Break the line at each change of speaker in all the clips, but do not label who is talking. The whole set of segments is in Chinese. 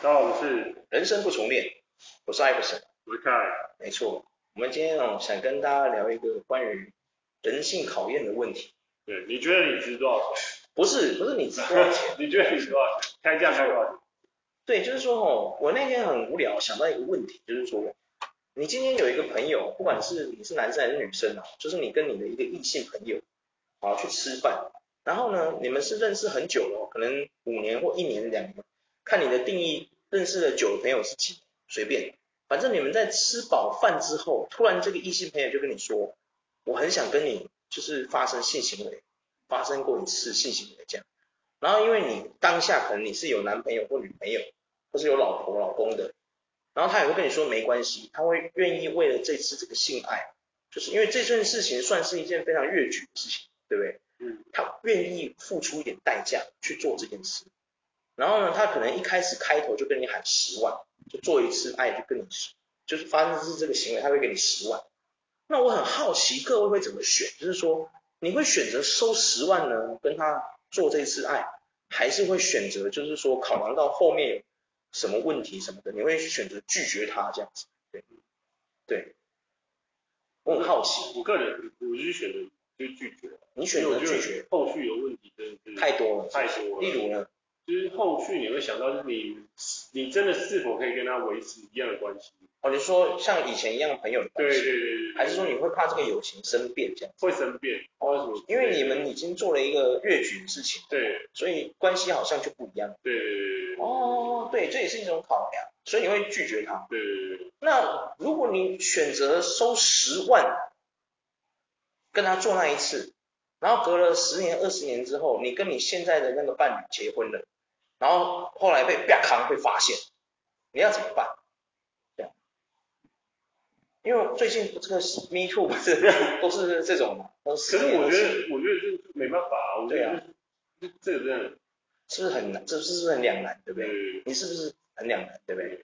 大家好，我是
人生不重练，我是艾弗森。
我是凯。
没错，我们今天哦想跟大家聊一个关于人性考验的问题，
对，你觉得你值多少
不是不是你值多少钱，
钱？你觉得你值多少钱？开价开多少钱？
对，就是说哦，我那天很无聊想到一个问题，就是说你今天有一个朋友，不管是你是男生还是女生啊，就是你跟你的一个异性朋友啊去吃饭，然后呢你们是认识很久了哦，可能五年或一年两年，看你的定义认识的久的朋友是几，随便，反正你们在吃饱饭之后，突然这个异性朋友就跟你说，我很想跟你就是发生性行为，发生过一次性行为这样，然后因为你当下可能你是有男朋友或女朋友。或是有老婆老公的，然后他也会跟你说没关系，他会愿意为了这次这个性爱，就是因为这件事情算是一件非常越矩的事情，对不对？
嗯，
他愿意付出一点代价去做这件事。然后呢，他可能一开始开头就跟你喊十万，就做一次爱就跟你十，就是发生是这个行为，他会给你十万。那我很好奇各位会怎么选，就是说你会选择收十万呢，跟他做这次爱，还是会选择就是说考量到后面有什么问题什么的，你会选择拒绝他这样子？对，对，我很好奇，
我个人我是选择就拒绝，
你
因
选
为
择
我
拒
觉
绝
得后续有问题真的是
太多了，
太多了
例如呢？
就是后续你会想到，就是你你真的是否可以跟他维持一样的关系？
哦，你说像以前一样朋友的
对
关
对
系，
对对，对
还是说你会怕这个友情生变这样？
会生变？或者什么之类
因
的？
为你们已经做了一个越矩的事情，
对
所以关系好像就不一样。
对对对
哦，对，这也是一种考量，所以你会拒绝他。
对对对，
那如果你选择收十万跟他做那一次，然后隔了十年、二十年之后，你跟你现在的那个伴侣结婚了，然后后来被啪康被发现，你要怎么办？这样，因为最近这个 Me Too 不是 都是这种嘛，可
可是我觉得我觉得这没办法，我觉
对啊
得这这个真的
是不是很难？这是不是很两难，对不
对
对？
对对
你是不是很两难，对不对？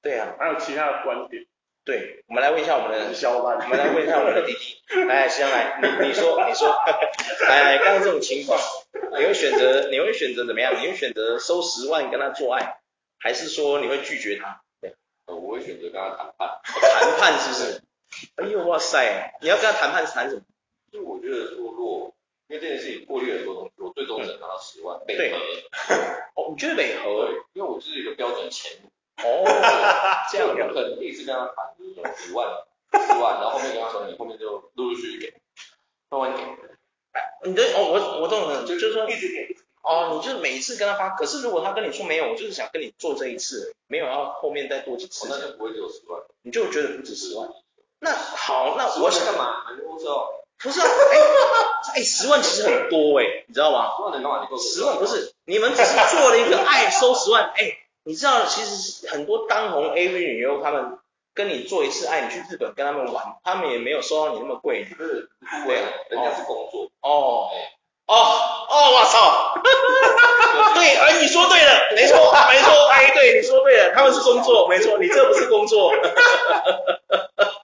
对啊，
还有其他的观点。
对，我们来问一下我们的
小伙伴
我们来问一下我们的弟弟，来，石阳来，你你说，你说，哎，刚刚这种情况，你会选择，你会选择怎么样？你会选择收十万跟他做爱，还是说你会拒绝他？对，
呃，我会选择跟他谈判，
谈判是不是？哎呦，哇塞，你要跟他谈判是谈什么？
就我觉得说，如果因为这件事情过滤了很多东西，我最终只能拿到十万，每
嗯对
盒，
哦，你觉得美和？
对，因为我就是一个标 准钱，
哦，这样
我
的，
不可能一直跟他谈就是五万、十万，然后后面跟他说你后面就陆陆续续给，慢慢给，
你的哦，我我懂了，就就是说
一，直给，
哦，你就是每一次跟他发，可是如果他跟你说没有，我就是想跟你做这一次，没有要后面再多几
我
次，
哦那就不会只有十万，
你就觉得不止十万。那好，那
十
我
万
想
是干嘛？买公司哦，
不是啊，哎、哎，十万其实很多哎、你知道吗？
十万能干嘛？你够
十万不，是，你们只是做了一个爱收十万，哎、你知道其实很多当红 AV 女优她们跟你做一次爱，你去日本跟她们玩，她们也没有收到你那么贵
不是，不会啊，人家是工作，
哦哦哦，我操！对，哎，你说对了，没错，没错，哎，对，你说对了，他们是工作，没错，你这不是工作，哦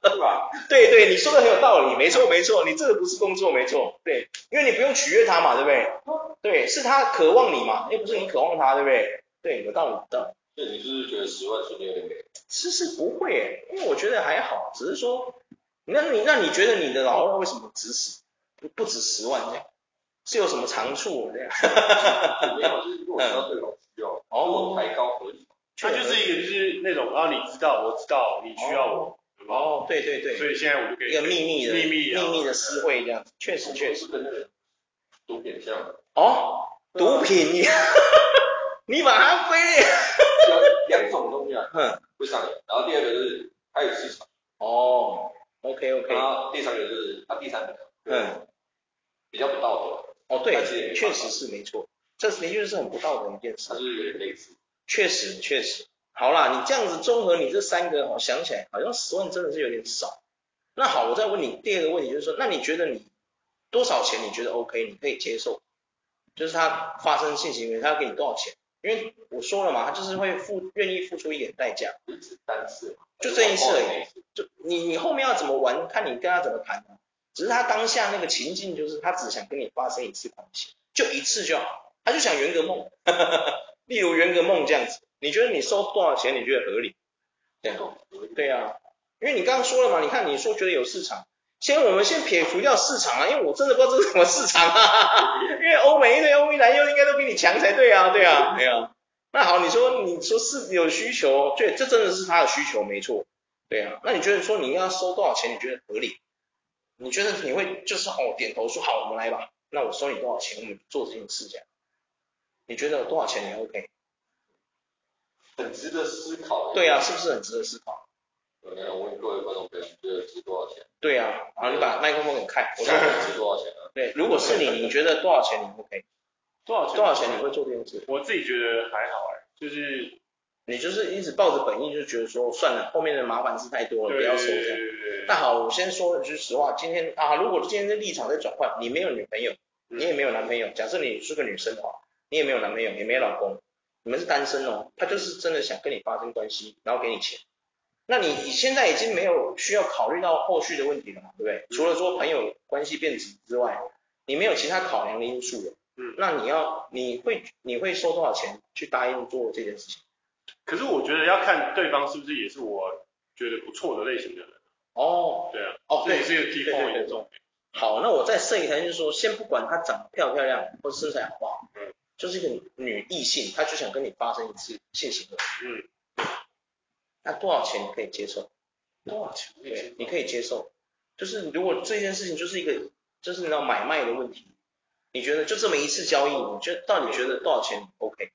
对吧？
对对，你说的很有道理，没错没错，你这个不是工作，没错，对，因为你不用取悦他嘛，对不对？对，是他渴望你嘛，又不是你渴望他，对不对？对，有道理，有道理。
所以你是不是觉得十万瞬间有点美？
其实不会耶，因为我觉得还好，只是说，那你那你觉得你的老二为什么只十不不止十万这样？是有什么长处这样？
没有，就是如果知道对方需要，
哦
我抬高合理，
他就是一个就是那种，然后你知道，我知道你需要我，然后
哦，对对
所
对，
以现在我就可
一
以
个秘密的
秘密啊
秘密的私会这样子，确实确实。
是跟那个都变相了。
哦，
啊
毒品你 你把它分裂，
两两种东西啊
哼。
会上瘾，然后第二个就是它有市场，
哦，OK OK，
然后第三个就是它第三个，
嗯，
比较不道德，
哦
但是也
对，
没
确
办法
实是没错，这是的确是很不道德的一件事，
它就是有点类似，
确实确实。好啦，你这样子综合你这三个，我哦想起来好像十万真的是有点少。那好，我再问你第二个问题，就是说，那你觉得你多少钱你觉得 OK，你可以接受？就是他发生性行为，他要给你多少钱？因为我说了嘛，他就是会付愿意付出一点代价。
就只单次嘛，
就这一次而已
已。
就你你后面要怎么玩，看你跟他怎么谈啊。只是他当下那个情境就是他只想跟你发 生一次关系，就一次就好，他就想圆个梦，例如圆个梦这样子，你觉得你收多少钱你觉得合理？对对啊，因为你刚刚说了嘛，你看你说觉得有市场，先我们先撇除掉市场啊，因为我真的不知道这是什么市场啊， 因为欧美一堆欧美男优应该都比你强才对啊，对啊，对啊。那好，你说你说是有需求，对，这真的是他的需求，没错，对啊。那你觉得说你要收多少钱，你觉得合理？你觉得你会就是哦点头说好，我们来吧，那我收你多少钱，我们做这件事情。你觉得多少钱你 OK？
很值得思考。
对啊，是不是很值得思考？
对，那我问各位观众朋友，你觉得值多少钱？
对啊，好，你把麦克风给开，我
我
说
到底值多少钱啊？
对，如果是你，你觉得多少钱你 OK？
多少钱？
多少钱你会做这件事？
我自己觉得还好哎、就是
你就是一直抱着本意，就觉得说算了，后面的麻烦事太多了，不
对
要
对
收
对
这样。
对对
那好，我先说一句实话，今天啊，如果今天的立场在转换，你没有女朋友，你也没有男朋友，假设你是个女生的话，你也没有男朋友，也没有老公，你们是单身哦，他就是真的想跟你发生关系，然后给你钱，那你你现在已经没有需要考虑到后续的问题了嘛，对不
嗯
对？除了说朋友关系变质之外，你没有其他考量的因素了，
嗯
那你要你会你会收多少钱去答应做这件事情？
可是我觉得要看对方是不是也是我觉得不错的类型的人，
哦
对啊，
哦，
这
对
也，是一个 key
对对
point
对
的重点。
好，那我再设一个条件，就是说，先不管她长得漂不漂亮，或者身材好不好，
嗯
就是一个女异性，她就想跟你发生一次性行为，
嗯，
那多少钱你可以接受？
多少钱？
对，你可以接受。就是如果这件事情就是一个，就是你知道买卖的问题，你觉得就这么一次交易，你觉得到底觉得多少钱你 OK？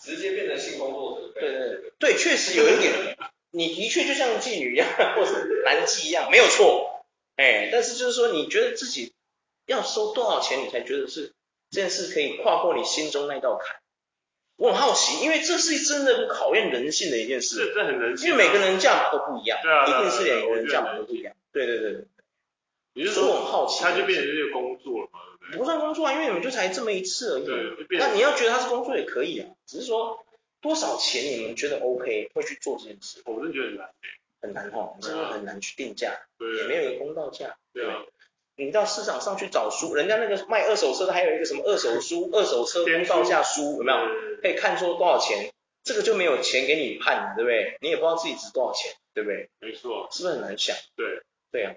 直接变成性工作者。
对对对，对，确实有一点，你的确就像妓女一样，或者男妓一样，没有错。哎，但是就是说，你觉得自己要收多少钱，你才觉得是这件事可以跨过你心中那道坎？我很好奇，因为这是真的考验人性的一件事，
这这很人性
因
啊。
为每个人价码都不一样，
对啊
一
对啊啊
定是
对啊
每个人
我觉得
价码都不一样。对对对
你是
所以我很
说
好奇
他就变成这个工作了嘛，对不
对，不算工作啊，因为你们就才这么一次而已。啊
对？对，就变
那
成
你要觉得它是工作也可以啊，只是说多少钱你们觉得 OK 会去做这件事，
我真的觉得很难。
很难哈，真的很难去定价。也
对
没有一个公道价。
对啊，
你到市场上去找书，人家那个卖二手车的还有一个什么二手书、二手车公道价书，有没有？
有？
可以看出多少钱，这个就没有钱给你判了，对不对？你也不知道自己值多少钱，对不对？
没错，
是不是很难想？
对，
对啊，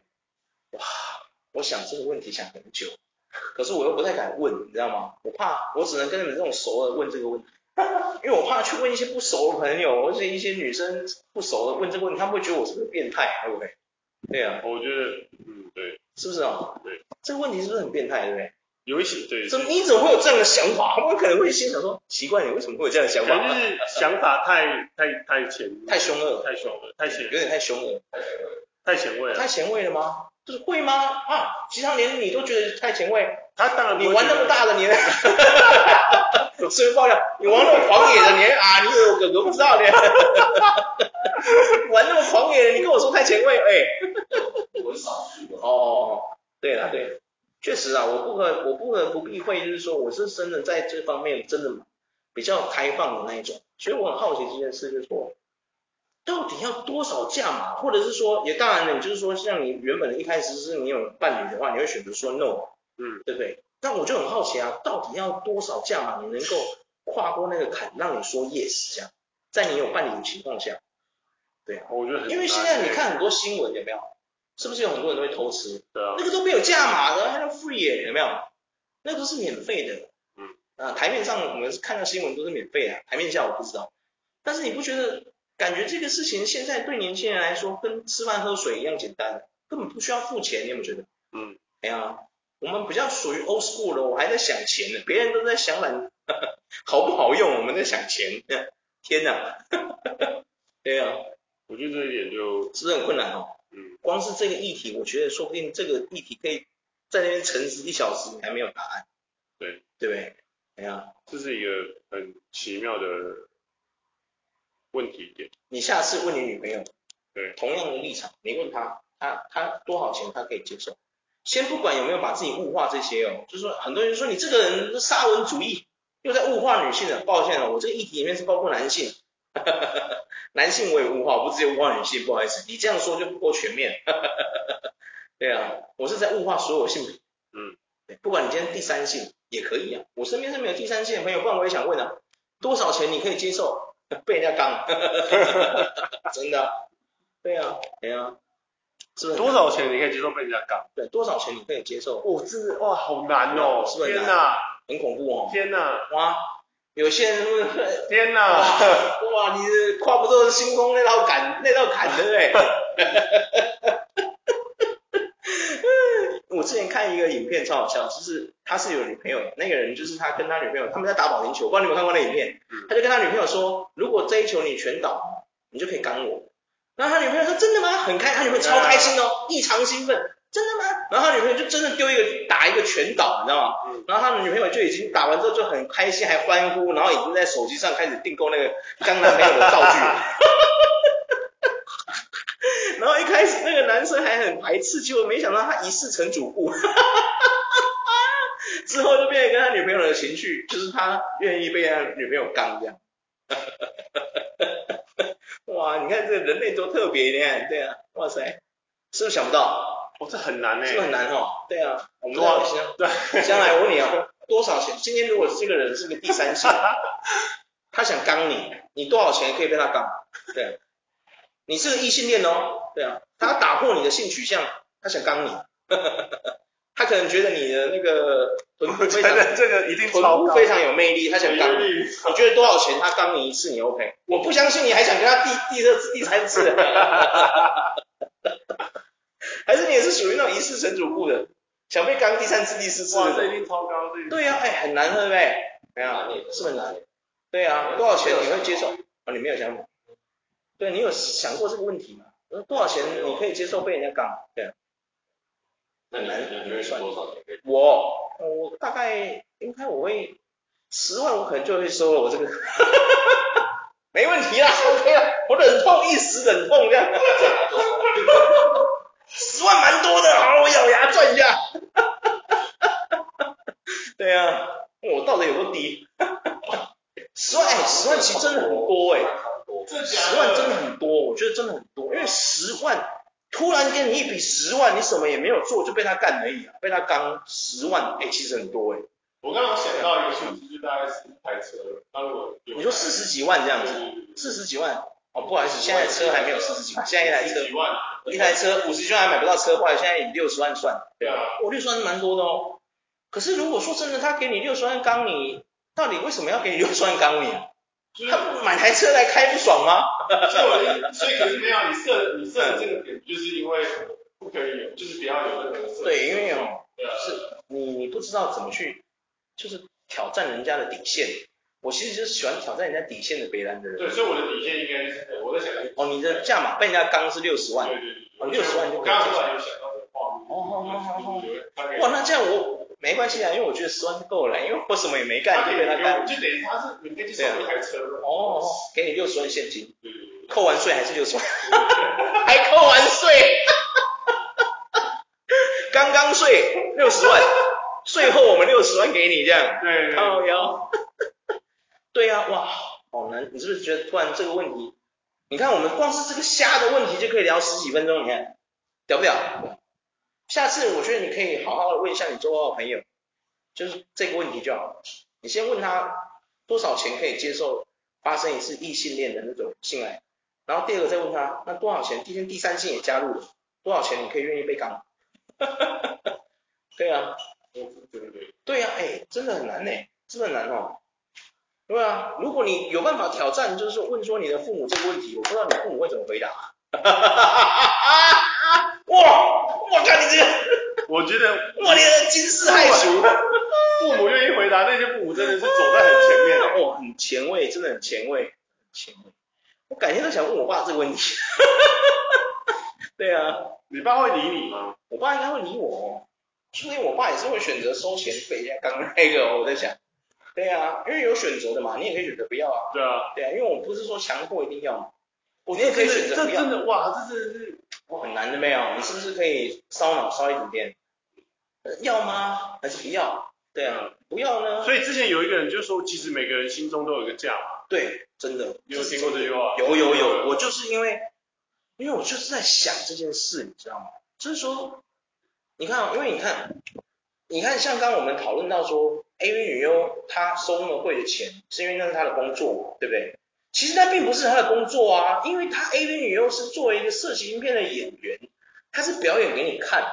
哇，我想这个问题想很久，可是我又不太敢问，你知道吗？我怕，我只能跟你们这种熟的问这个问题， 因为我怕去问一些不熟的朋友，或者一些女生不熟的问这个问题，他们会觉得我是不是变态，啊对不对？对啊，
我觉得，嗯，对，
是不是哦？
对，
这个问题是不是很变态，对不对？
有一些对，
怎么你怎么会有这样的想法？他们可能会心想说，奇怪，你为什么会有这样的想
可能就
法？
是想法太太太前
太凶恶了，
太凶了，太
有
前
点太凶恶，
太前卫了。
太前卫了吗？就是会吗？啊，其实连你都觉得太前卫，
他当然不
你
会
玩那么大的 你，顺便爆料，你玩那么狂野的你 啊，你以为我哥哥不知道的？ 玩那么狂野的，你跟我说太前卫，哎、
我是少数啊。
哦，对了，对，确实啊，我不可我不可不避讳，就是说我是真的在这方面真的比较开放的那一种，所以我很好奇这件事，就是说到底要多少价码，或者是说，也当然了，你就是说，像你原本一开始是你有伴侣的话，你会选择说 no，
嗯，
对不对？那我就很好奇啊，到底要多少价码你能够跨过那个坎，让你说 yes 这样，在你有伴侣的情况下，
我觉得很欸
因为现在你看很多新闻有没有，是不是有很多人都会偷吃？
对啊
那，个都没有价码的，它叫 free 耶，有没有？那个都是免费的。
嗯。
啊，台面上我们看到新闻都是免费的，台面下我不知道。但是你不觉得，感觉这个事情现在对年轻人来说，跟吃饭喝水一样简单，根本不需要付钱，你有没有觉得？
嗯。
哎呀，我们比较属于 old school 的，我还在想钱呢，别人都在想懒 好不好用，我们在想钱。 天哪！ 对啊，
我觉得这一点就是
不是很困难哦？
嗯，
光是这个议题，我觉得说不定这个议题可以在那边沉思一小时，你还没有答案。
对，
对不对？哎呀，
这是一个很奇妙的问题点。
你下次问你女朋友，
对
同样的立场，你问她，她她多少钱她可以接受？先不管有没有把自己物化这些哦，就是说很多人说你这个人是沙文主义，又在物化女性了。抱歉了，哦我这个议题里面是包括男性， 男性我也物化，我不只有物化女性，不好意思，你这样说就不够全面。 对啊，我是在物化所有性别。
嗯
对，不管你今天第三性也可以啊，我身边是没有第三性的朋友，不然我也想问啊，多少钱你可以接受？ 被人家刚，真的啊，对啊，对啊，是不是很
多
难
少钱你可以接受被人家干？
对多少钱你可以接受？
哦，这个哇，好难哦！
是不是
天
很
哪，
很恐怖哦，
天哪，
哇，有些人会
天哪！
哇，你是跨不过星空那道坎，那道坎，对哎不对？ 我之前看一个影片超好笑，就是他是有女朋友的，那个人就是他跟他女朋友，他们在打保龄球，我不知道你有没有看过那影片
嗯，
他就跟他女朋友说，如果这一球你全倒，你就可以干我。然后他女朋友说真的吗？很开，他女朋友
啊
超开心哦，异常兴奋，真的吗？然后他女朋友就真的丢一个打一个全倒，你知道吗？
嗯
然后他的女朋友就已经打完之后就很开心，还欢呼，然后已经在手机上开始订购那个刚男朋友的道具。然后一开始那个男生还很排斥，结果没想到他一试成主顾， 之后就变成跟他女朋友的情绪，就是他愿意被他女朋友刚这样。 哇，你看这人类多特别，你看，对啊，哇塞，是不是想不到？
哦，这很难呢
是不是。很难哦？对啊，我们
多少
多少
对，
将来我问你啊，多少钱？今天如果这个人是个第三性，他想刚你，你多少钱可以被他刚？对啊，你是个异性恋哦，对啊，他打破你的性取向，他想刚你， 他可能觉得你的那个臀部
我觉
非常
得这个一定
臀
超
部
高。
非常有魅力，他
我
想
觉
刚
得
你。
你
你觉得多少钱他刚你一次你 OK？我不相信你还想跟他第第二次、第三次， 还是你也是属于那种一次成主顾的，想被刚第三次、第四次
哇，
的
这一定超高，这一定
对呀、哎、很难，对不对？没有，啊
难耶
是不是很难？对啊，多少钱你会接受？哦，你没有想法。对你有想过这个问题吗？呃多少钱你可以接受被人家刚？对啊，
那你你觉得是多少钱可以？
我哦我大概应该我会十万，我可能就会收了我这个， 没问题啦，OK 啦，我忍痛一时忍痛这样， 十万蛮多的，好，我咬牙赚一下。 对啊，我到底有多 低？十万，哎，十万其实真的很多哎、
真的假
十万真的很多，我觉得真的很多，因为十万突然给你一笔十万，你什么也没有做就被他干而已啊，被他刚十万，哎、其实很多哎、
我刚刚想到一个数字，就大概是一台车。那如果有
你说四十几万这样子，
对
四十几万，哦，不好意思，现在车还没有四十几万，现在一台
对对
车
几万，
一台车五十几万还买不到车，后来现在以六十万算，
对啊，
我六十万蛮多的哦。可是如果说真的，他给你六十万刚你，到底为什么要给你六十万刚你啊？
就是
他不买台车来开不爽吗？
所以我就所以可是没有你设你设的这个点，就是因为不可以有，就是不要有任何设。
对，因为哦，
对啊
就是你你不知道怎么去，就是挑战人家的底线。我其实就是喜欢挑战人家底线的北兰的人。
对，所以我的底线应该是我在想，对
哦，你的价码被人家刚是六十万，
对对，
哦60万就可以
我刚刚突然有想到这个画面。
哦好好好好
就是大概
哇，那这样我没关系啊，因为我觉得十万就够了，因为我什么也没
他
干
可
就
以
被他干。
就等于他是免费去送一台车了。
哦，给你六十万现金，
对，对对对
扣完税还是六十万， 还扣完税， 刚刚税六十万，税后我们六十万给你这样。
对对对
靠腰。 对呀、哇，好难！你是不是觉得突然这个问题？你看我们光是这个虾的问题就可以聊十几分钟，你看屌不屌？下次我觉得你可以好好的问一下你周遭的朋友，就是这个问题就好了。你先问他多少钱可以接受发生一次异性恋的那种性爱，然后第二个再问他那多少钱？今天第三性也加入了，多少钱你可以愿意被干？ 对啊，
对对对，
对呀、哎、真的很难呢、真的很难哦。对啊，如果你有办法挑战，就是说问说你的父母这个问题，我不知道你父母会怎么回答、 哇，我看你这个，
我觉得
哇，你的惊世骇俗，
父母愿意回答那些父母真的是走在很前面 的。
哇，很前卫，真的很前卫，很前卫。我改天都想问我爸这个问 题。对啊，
你爸会理你吗？
我爸应该会理我哦，说不定我爸也是会选择收钱被人家刚那个哦，我在想。对啊，因为有选择的嘛，你也可以选择不要啊。
对啊，
对啊，因为我不是说强迫一定要嘛，
我
你也可以选择
这
不要
真的哇，这真的是
哇，很难的没有，你是不是可以烧脑烧一点点？呃要吗？还是不要？对啊，不要呢？
所以之前有一个人就说，其实每个人心中都有个价嘛，
对，真的
你有听过这句话？
有有有，我就是因为，因为我就是在想这件事，你知道吗？就是说，你看、啊，因为你看，你看，像刚刚我们讨论到说，AV 女优她收那么贵的钱，是因为那是她的工作嘛，对不对？其实那并不是他的工作啊，因为他 AV 女优是作为一个色情片的演员，他是表演给你看的。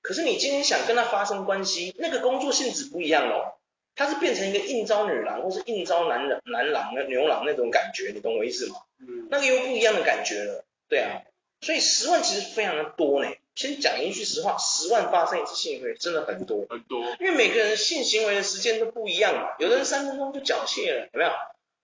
可是你今天想跟他发生关系，那个工作性质不一样哦，他是变成一个应招女郎或是应招男人男郎牛郎那种感觉，你懂我意思吗？
嗯，
那个又不一样的感觉了，对啊，所以十万其实非常的多呢。先讲一句实话，十万发生一次性行为真的很多，
很多，
因为每个人性行为的时间都不一样嘛，有的人三分钟就缴械了，有没有？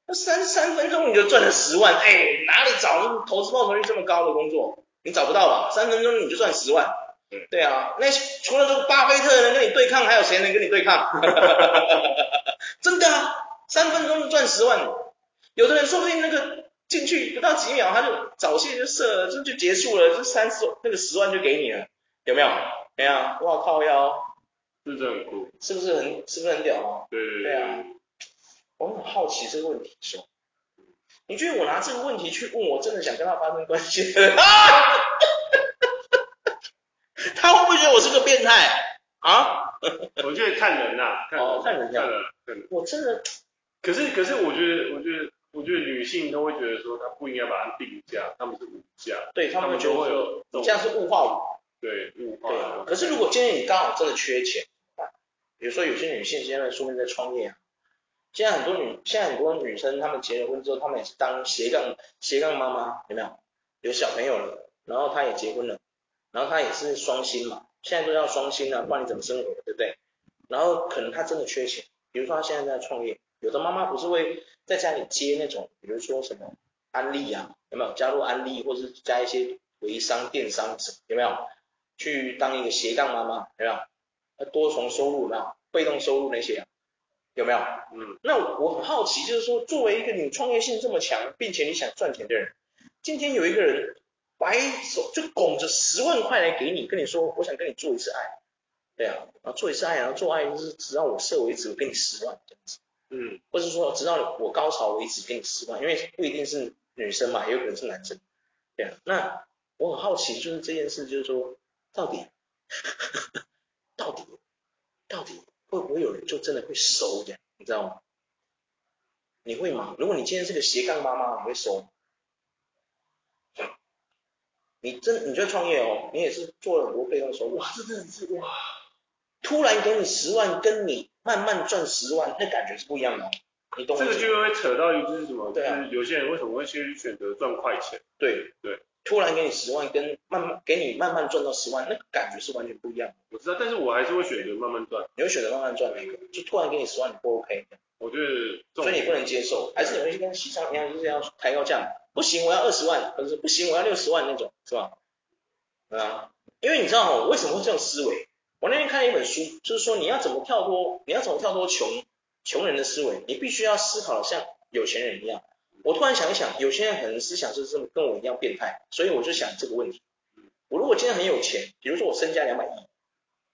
那三三分钟你就赚了十万，哎，哪里找投资报酬率这么高的工作？你找不到吧？三分钟你就赚十万
对，
对啊，那除了说巴菲特能跟你对抗，还有谁能跟你对抗？ 真的啊，三分钟就赚十万，有的人说不定那个进去不到几秒他就早泄就射了，就就结束了，就三十那个十万就给你了，有没有？哎呀，哇靠腰，
是这很酷，
是不是很是不是很屌啊？
对对
对啊，我很好奇这个问题说，你觉得我拿这个问题去问我真的想跟他发生关系的人 啊？他会不会觉得我是个变态啊？
我觉得看人呐、看
哦，
人，
看人
看
家，
人，看人。
我真的
可是可是我觉得我觉得我觉得女性都会觉得说她不应该把它定价，她们是无价，
对他
她
们
们
会觉得
都会
我
有这
这样
种
是物化我。
对物化
对
的
啊，可是如果今天你刚好真的缺钱，比如说有些女性现在说不定在创业啊，现在很多女现在很多女生她们结了婚之后，她们也是当斜杠斜杠妈妈，有没有？有小朋友了，然后她也结婚了，然后她也是双薪嘛，现在都要双薪啊，不然你怎么生活，对不对？然后可能她真的缺钱，比如说她现在在创业，有的妈妈不是会在家里接那种，比如说什么安利啊，有没有加入安利，或是加一些微商、电商什么，有没有？去当一个斜杠妈妈，有没有？呃多重收入有没有？被动收入那些、啊、有没有？
嗯，
那我很好奇，就是说，作为一个你创业性这么强，并且你想赚钱的人，今天有一个人白手就拱着十万块来给你，跟你说，我想跟你做一次爱，对啊，然后做一次爱，然后做爱就是直到我射为止，我给你十万这样子，
嗯，
或是说直到我高潮为止给你十万，因为不一定是女生嘛，也有可能是男生，对啊。那我很好奇，就是这件事，就是说到底 到底到底会不会有人就真的会收的，你知道吗？你会吗？如果你今天是个斜杠妈妈，你会收吗？你真你在创业哦，你也是做了很多被动收入，
哇，这真的是哇，
突然给你十万，跟你慢慢赚十万，那感觉是不一样的哦，你懂我
这
意
个
思吗？
就会扯到一个就是什么，就
对啊
是有些人为什么会去选择赚快钱？
对
对，
突然给你十万，跟慢慢给你慢慢赚到十万，那个感觉是完全不一样的。
我知道，但是我还是会选择慢慢赚。
你会选择慢慢赚那个，就突然给你十万，你不 OK，
我觉得这
所以你
种
不能接受，还是你会去跟西商一样，就是要抬高价，不行，我要二十万，或者是不行，我要六十万那种，是吧？对啊，因为你知道哦，为什么会这种思维？我那天看了一本书，就是说你要怎么跳脱，你要怎么跳脱穷穷人的思维，你必须要思考像有钱人一样。我突然想一想，有些人可能思想就是这么跟我一样变态，所以我就想这个问题。我如果今天很有钱，比如说我身家两百亿，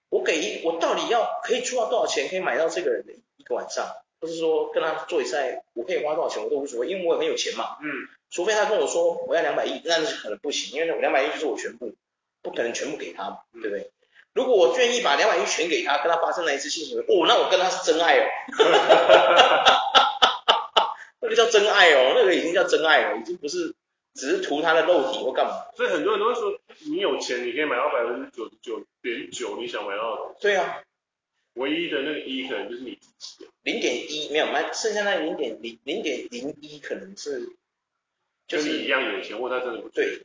我给一，我到底要可以出到多少钱可以买到这个人的一个晚上，或是说跟他做一次爱，我可以花多少钱我都无所谓，因为我很有钱嘛。
嗯，
除非他跟我说我要两百亿，那是可能不行，因为那两百亿就是我全部，不可能全部给他嘛，对不对？如果我愿意把两百亿全给他，跟他发生那一次性行为，哦，那我跟他是真爱哦， 那个叫真爱哦，那个已经叫真爱了，已经不是只是图他的肉体或干嘛。
所以很多人都会说，你有钱你可以买到百分之九十九点九你想买到的，
对啊，
唯一的那个一可能就是你自己。
零点一没有，蛮剩下那零点零零点零一可能是就
跟你一
是
样有钱，或他真的不缺
对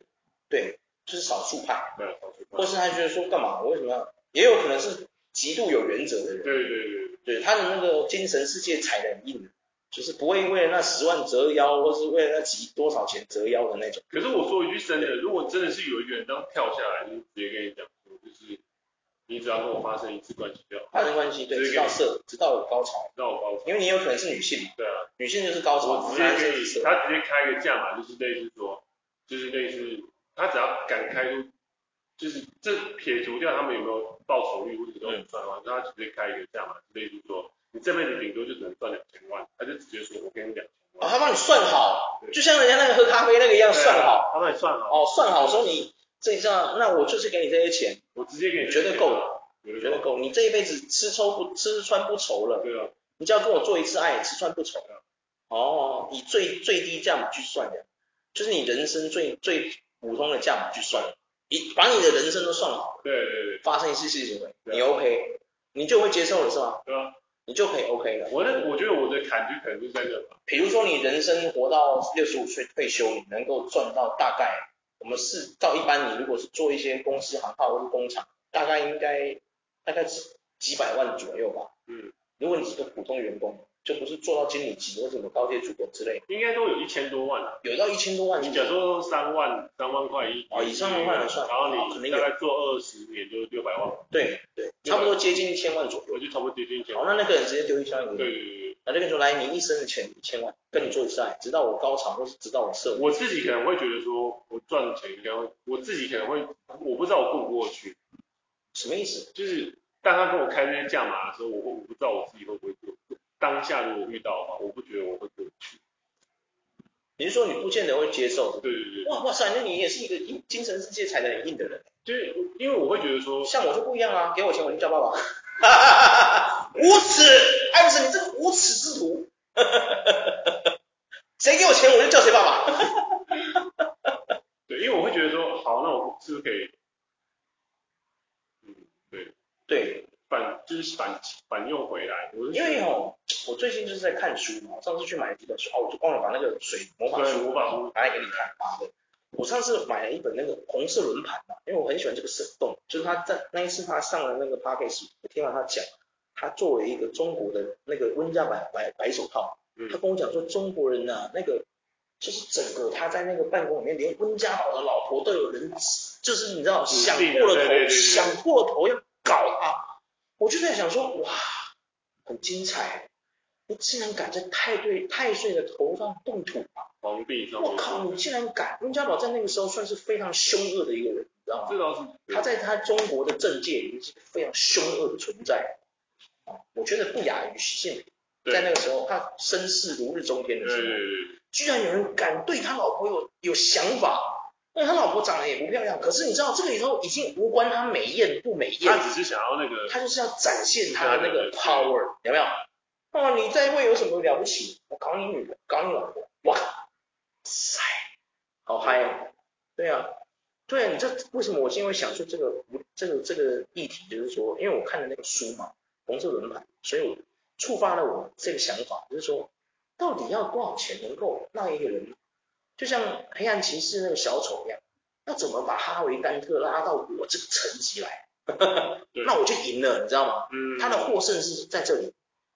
对，就是少数派，
没有少数派
或是他觉得说干嘛，我为什么要？也有可能是极度有原则的人，
对对对，
对他的那个精神世界踩得很硬，就是不会为了那十万折腰，或是为了那几多少钱折腰的那种。
可是我说一句真的，如果真的是有一个人这样跳下来，就直接跟你讲说，就是你只要跟我发生一次关系就好，
发生关系对，
直接
直
给
到
你
射，直到有高潮，
让我包
因为你有可能是女性嘛，
对啊，
女性就是高潮，
我直接
男
给
生是
你，
射
他直接开一个价码，就是类似说，就是类似他只要敢开出，就是这撇除掉他们有没有报酬率或者都很赚的话，那他直接开一个价码，就类似说你这辈子顶多就只能赚两千万，他就直接说我给你两千
哦，
万，
他帮你算好，
对啊
就像人家那个喝咖啡那个一样算好。，
他帮你算好，
哦，算好说你这一账，那我就是给你这些钱，
我直接给你
绝对够了，
绝
我觉得
对够，
够，你这一辈子吃抽不吃穿不愁了，
对啊。
你只要跟我做一次爱，吃穿不愁。哦，以最最低价码去算的，就是你人生最最普通的价码去算，你把你的人生都算好，
对对对，
发生一次性行为，
对啊
你 OK，你就会接受了是吗？
对啊，
你就可以 OK 了。
我那我觉得我的坎就可能就在这吧，
比如说你人生活到六十五岁退休，你能够赚到大概，我们是到一般你如果是做一些公司行号或是工厂，大概应该大概几几百万左右吧。
嗯，
如果你是个普通员工，就不是做到经理级或什么高阶主管之类，
应该都有一千多万啊。
有到一千多万
你假如说三万三万块一
哦以上的话来算
然
哦
后
可
你
能
大
有
概做二十年就六百万，
对对，差不多接近一千万左右。
我就差不多接近一千
好，
万。
哦那那个人直接丢一千万
对
给你，
对对
他就跟你说，来，你一生的钱一千万，跟你做一次爱，直到我高潮或是直到
对，
我射。
我自己可能会觉得说，我赚的钱应该会，我自己可能会，我不知道我过不过去，
什么意思？
就是当他跟我开这些价码的时候，我会我不知道我自己会不会做。当下如果遇到的话，我不觉得我会做。
你是说你不见得会接受？
对对对，
哇哇塞，那你也是一个硬精神世界踩得很硬的人。
就是因为我会觉得说，
像我就不一样啊，给我钱我就叫爸爸。无耻，艾弗森，你这个无耻之徒！ 谁给我钱我就叫谁爸爸。
对，因为我会觉得说，好，那我是不是可以，嗯，对，
对，
反就是反反用回来，我是觉
因
得
为哦，我最近就是在看书嘛，我上次去买了几本书，哦，我就忘了把那个水魔法
对
书
魔法书，
拿来给你看，妈的！我上次买了一本那个红色轮盘嘛，因为我很喜欢这个沈栋，就是他在那一次他上了那个 p a c a s t 我听到他讲，他作为一个中国的那个温家白白白手套，
嗯
他跟我讲说中国人呐、那个就是整个他在那个办公里面，连温家宝的老婆都有人，就是你知道
指
想
定
过了
对
头，
对对对
想过了头要搞他，我就在想说哇，很精彩，你竟然敢在太对太岁的头上动土啊！
皇帝上
我
面，
靠，你竟然敢！温家宝在那个时候算是非常凶恶的一个人，你知道吗
这？倒是
他在他中国的政界已经是非常凶恶的存在，啊我觉得不亚于习近平。
对嗯
在那个时候，他声势如日中天
对
的
对
时候，
对对，
居然有人敢对他老婆有有想法。那他老婆长得也不漂亮，可是你知道这个以后已经无关他美艳不美艳
他，只是想要那个，
他就是要展现他的那
对对
个
对
power，有没有？哦，你在位有什么了不起？我搞你女的，搞你老婆，哇塞，好嗨哦！对啊，对啊，你这为什么我今天会想出这个这个这个议题？就是说，因为我看了那个书嘛，《红色轮盘》，所以我触发了我这个想法，就是说，到底要多少钱能够让一个人，就像黑暗骑士那个小丑一样，要怎么把哈维甘特拉到我这个层级来？
对
那我就赢了，你知道吗？
嗯，
他的获胜是在这里，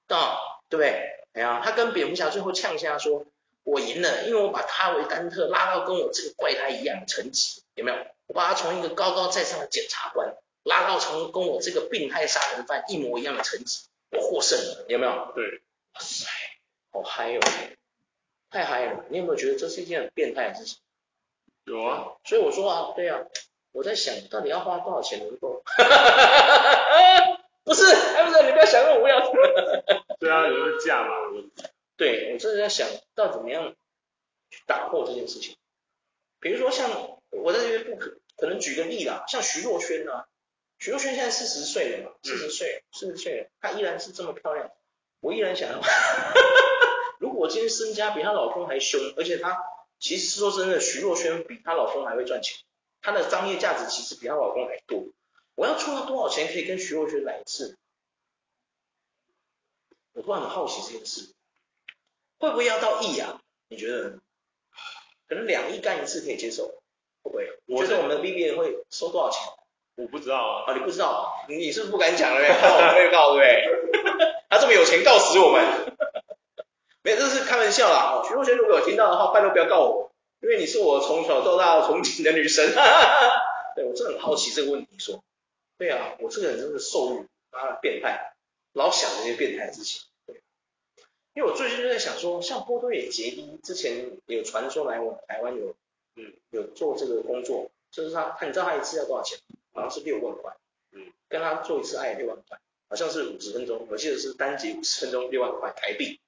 啊，对不对？哎呀，他跟蝙蝠侠最后呛一下说，我赢了，因为我把哈维甘特拉到跟我这个怪胎一样的层级，有没有？我把他从一个高高在上的检察官拉到从跟我这个病态杀人犯一模一样的层级，我获胜了，有没有？
对，
哇塞，好嗨哦，太嗨了！啊你有没有觉得这是一件很变态的事情？
有啊，
所以我说啊，对啊，我在想到底要花多少钱能够？ 不是，哎，不是，你不要想那么无聊。
对啊，有个价码的问题，
对我就是在想到怎么样去打破这件事情。比如说像我在这边不可可能举个例啦，像徐若瑄啊，徐若瑄现在四十岁了嘛，四十岁，四十岁了，她依然是这么漂亮，我依然想要。 如果我今天身家比她老公还凶，而且她其实说真的，徐若瑄比她老公还会赚钱，她的商业价值其实比她老公还多。我要出到多少钱可以跟徐若瑄来一次？我突然很好奇这件事。会不会要到亿啊？你觉得呢？可能两亿干一次可以接受，会不会？
我
我
是
觉得我们的 B B 人会收多少钱？
我不知道啊，
啊，你不知道，你你是不是不敢讲了？怕我们被告，对不对？ 他这么有钱，告死我们。没有，这是开玩笑啦。哦徐若瑄如果有听到的话，拜托不要告我，因为你是我从小到大憧憬的女神。 对，我真的很好奇这个问题，说，对啊，我这个人真的受欲妈的变态，老想这些变态的事情。对，因为我最近就在想说，像波多野结衣之前有传说来我们台湾有，嗯，有做这个工作，就是他，他你知道他一次要多少钱？好像是六万块，
嗯，
跟他做一次爱六万块，好像是五十分钟，我记得是单节五十分钟六万块台币，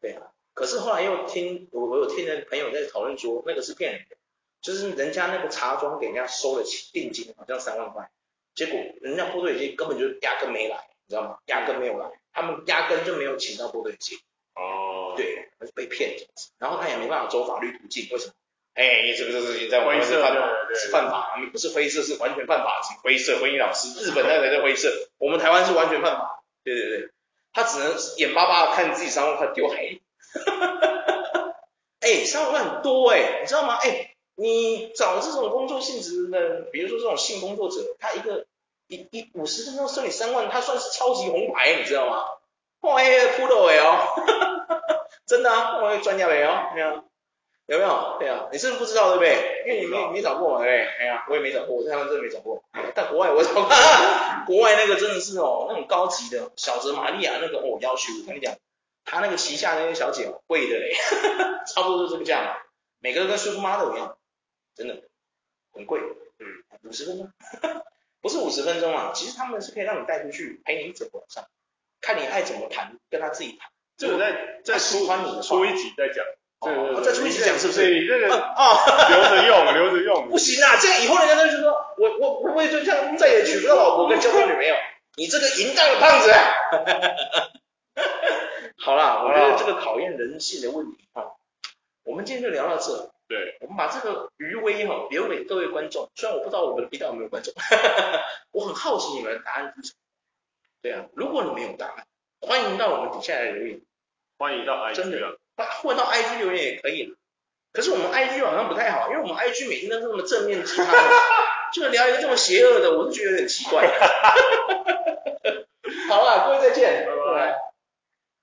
对啊。可是后来又听我我有听人朋友在讨论说，那个是骗人的，就是人家那个茶庄给人家收了钱定金，好像三万块，结果人家波多野结根本就压根没来，你知道吗？压根没有来，他们压根就没有请到波多野结，
哦，
对，他是被骗这样子，然后他也没办法走法律途径，为什么？哎，这个这个事情在我
灰
们是
色
犯
的
法，
对
是犯法，不是灰色，是完全犯法，是灰色。婚姻老师，日本那个才叫灰色，我们台湾是完全犯法。对对对，他只能眼巴巴的看自己三万块丢海里。 哎，三万块很多哎、你知道吗？哎，你找这种工作性质的，比如说这种性工作者，他一个一一五十分钟收你三万，他算是超级红牌，你知道吗？哇，哎，扑到哎哦， 真的啊，我专家没有，没有。有没有？对啊，你是不是不知道对不对？因为你没没找过嘛，对不对？哎呀，我也没找过，我在台湾真的没找过，但国外我找过，国外那个真的是哦，那种高级的小泽玛利亚那个哦，要求我跟你讲，他那个旗下那些小姐哦，贵的嘞， 差不多就这个价嘛，每个都跟 super model 一样，真的很贵，嗯，五十分钟， 不是五十分钟啊，其实他们是可以让你带出去陪你一整晚上，看你爱怎么谈，跟他自己谈，
这个在
他
在
喜
出
欢你的话
出，一集再讲，对对
哦
对，
再出一集讲是不是
对你这个
哦哦。
留着 用，留着用，
不行啊，这样以后人家就说我我我也对象再也娶不到老婆跟交不到女朋友，你这个淫荡的胖子、啊。 好啦，我觉得这个考验人性的问题哈，我们今天就聊到这。
对，
我们把这个余威哈留给各位观众，虽然我不知道我们的频道有没有观众， 我很好奇你们的答案是什么。对啊，如果你们有答案，欢迎到我们底下来留言。
欢迎到 IG
真
啊
的，那混到 IG 留言也可以了。可是我们 IG 好像不太好，因为我们 IG 每天都这么正面鸡汤的，就聊一个这么邪恶的，我就觉得有点奇怪。好了，各位再见，
拜拜。